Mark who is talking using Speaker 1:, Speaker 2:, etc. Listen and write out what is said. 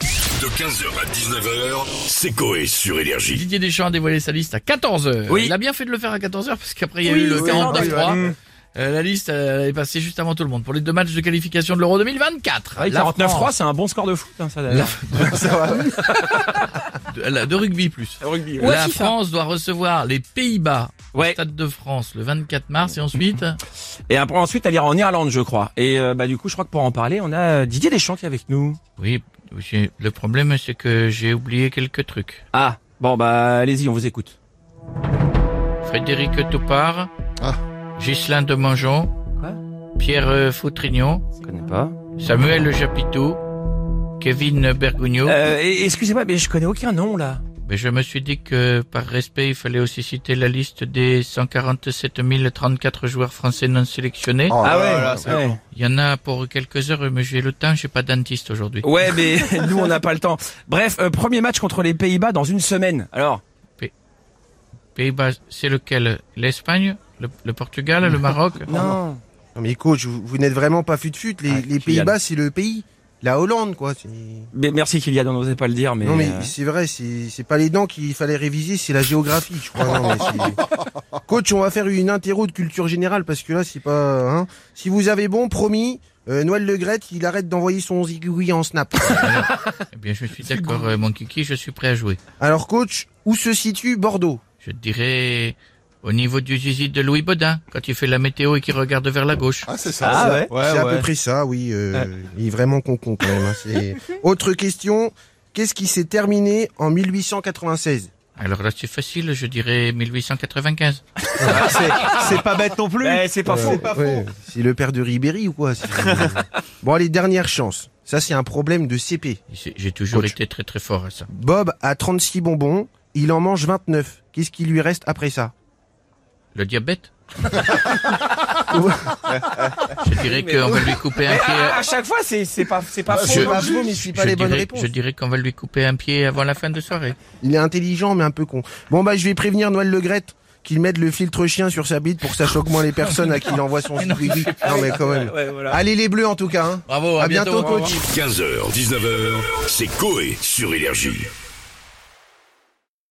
Speaker 1: De 15h à 19h, c'est Coé sur Énergie.
Speaker 2: Didier Deschamps a dévoilé sa liste à 14h.
Speaker 3: Oui.
Speaker 2: Il a bien fait de le faire à 14h parce qu'après il y a
Speaker 3: Oui,
Speaker 2: eu le
Speaker 3: oui, oui,
Speaker 2: 49-3.
Speaker 3: oui.
Speaker 2: Euh, la liste euh, elle est passée juste avant tout le monde pour les deux matchs de qualification de l'Euro 2024.
Speaker 3: Ah oui,
Speaker 2: La
Speaker 3: 49-3,
Speaker 2: France-
Speaker 3: c'est un bon score de foot, hein, ça, d'ailleurs.
Speaker 2: La- de, la- de rugby plus.
Speaker 3: Le rugby, ouais.
Speaker 4: Ouais,
Speaker 2: la
Speaker 4: FIFA.
Speaker 2: France doit recevoir les Pays-Bas au
Speaker 3: Ouais.
Speaker 2: Stade de France le 24 mars et ensuite
Speaker 3: Et après, ensuite, elle ira en Irlande, je crois. Et euh, bah, du coup, je crois que pour en parler, on a euh, Didier Deschamps qui est avec nous.
Speaker 2: oui j'ai- le problème c'est que j'ai oublié quelques trucs.
Speaker 3: Ah, bon, bah, allez-y, on vous écoute.
Speaker 2: Frédéric Toupard, Ghislain de Mangeon,
Speaker 3: Ah. Quoi
Speaker 2: Pierre euh, Foutrignon,
Speaker 3: Je connais pas.
Speaker 2: Oh. Samuel Le Japitou, Kevin Bergugno.
Speaker 3: Euh, et- excusez-moi, mais je connais aucun nom, là.
Speaker 2: Mais je me suis dit que par respect, il fallait aussi citer la liste des 147 034 joueurs français non sélectionnés.
Speaker 3: ah ouais, ouais.
Speaker 2: Il y en a pour quelques heures, mais j'ai le temps, j'ai pas de dentiste aujourd'hui.
Speaker 3: Ouais, mais nous, on n'a pas le temps. Bref, euh, premier match contre les Pays-Bas dans une semaine. Alors,
Speaker 2: Pays-Bas, c'est lequel L'Espagne le, le Portugal Le Maroc
Speaker 3: non.
Speaker 5: Non mais coach, vous, vous n'êtes vraiment pas fut-fut. Les,
Speaker 3: Ah,
Speaker 5: les
Speaker 3: Kylian.
Speaker 5: Pays-Bas, c'est le pays. La Hollande, quoi. c'est-
Speaker 3: Mais merci Kylian, on n'osait pas le dire, mais.
Speaker 5: non mais
Speaker 3: euh,
Speaker 5: c'est vrai, c'est, c'est pas les dents qu'il fallait réviser, c'est la géographie, je crois. Non, mais c'est- coach, on va faire une interro de culture générale parce que là, c'est pas. hein. Si vous avez bon, promis. euh, Noël Le Gret, il arrête d'envoyer son zigouille en snap.
Speaker 2: Eh bien, je suis d'accord, euh, mon kiki, je suis prêt à jouer.
Speaker 5: Alors coach, où se situe Bordeaux
Speaker 2: Je te dirais au niveau du zizi de Louis Baudin, quand il fait la météo et qu'il regarde vers la gauche.
Speaker 6: Ah, c'est ça.
Speaker 3: Ah ouais.
Speaker 5: C'est à peu près ça, oui. euh, Il est vraiment concon quand même. hein, c'est- Autre question, qu'est-ce qui s'est terminé en 1896
Speaker 2: Alors là, c'est facile, je dirais 1895.
Speaker 7: C'est pas bête non plus.
Speaker 3: eh, c'est pas faux.
Speaker 5: Euh, ouais, C'est le père de Ribéry ou quoi c'est- Bon, allez, dernière chance. Ça, c'est un problème de CP.
Speaker 2: C'est- J'ai toujours
Speaker 5: Coach.
Speaker 2: été très très fort à ça.
Speaker 5: Bob a 36 bonbons, il en mange 29. Qu'est-ce qui lui reste après ça
Speaker 2: Le diabète Je dirais qu'on va lui couper un
Speaker 3: Mais
Speaker 2: pied.
Speaker 3: Ah, à, à chaque fois, c'est c'est pas, c'est pas faux.
Speaker 5: Ah, C'est
Speaker 3: non
Speaker 5: pas
Speaker 3: plus.
Speaker 5: faux, mais je suis pas
Speaker 2: Je
Speaker 5: les bonnes
Speaker 2: dirais-
Speaker 5: réponses.
Speaker 2: je dirais qu'on va lui couper un pied avant la fin de soirée.
Speaker 5: Il est intelligent, mais un peu con. Bon, bah, je vais prévenir Noël Le Gret qu'il mette le filtre chien sur sa bite pour que ça choque moins les personnes à qui il envoie son zigouigui. Non, mais quand même.
Speaker 3: Ouais, voilà.
Speaker 5: Allez, les bleus, en tout cas. hein.
Speaker 2: Bravo, à
Speaker 5: À bientôt,
Speaker 2: bientôt.
Speaker 5: coach.
Speaker 1: 15h, 19h, c'est Coé sur Énergie.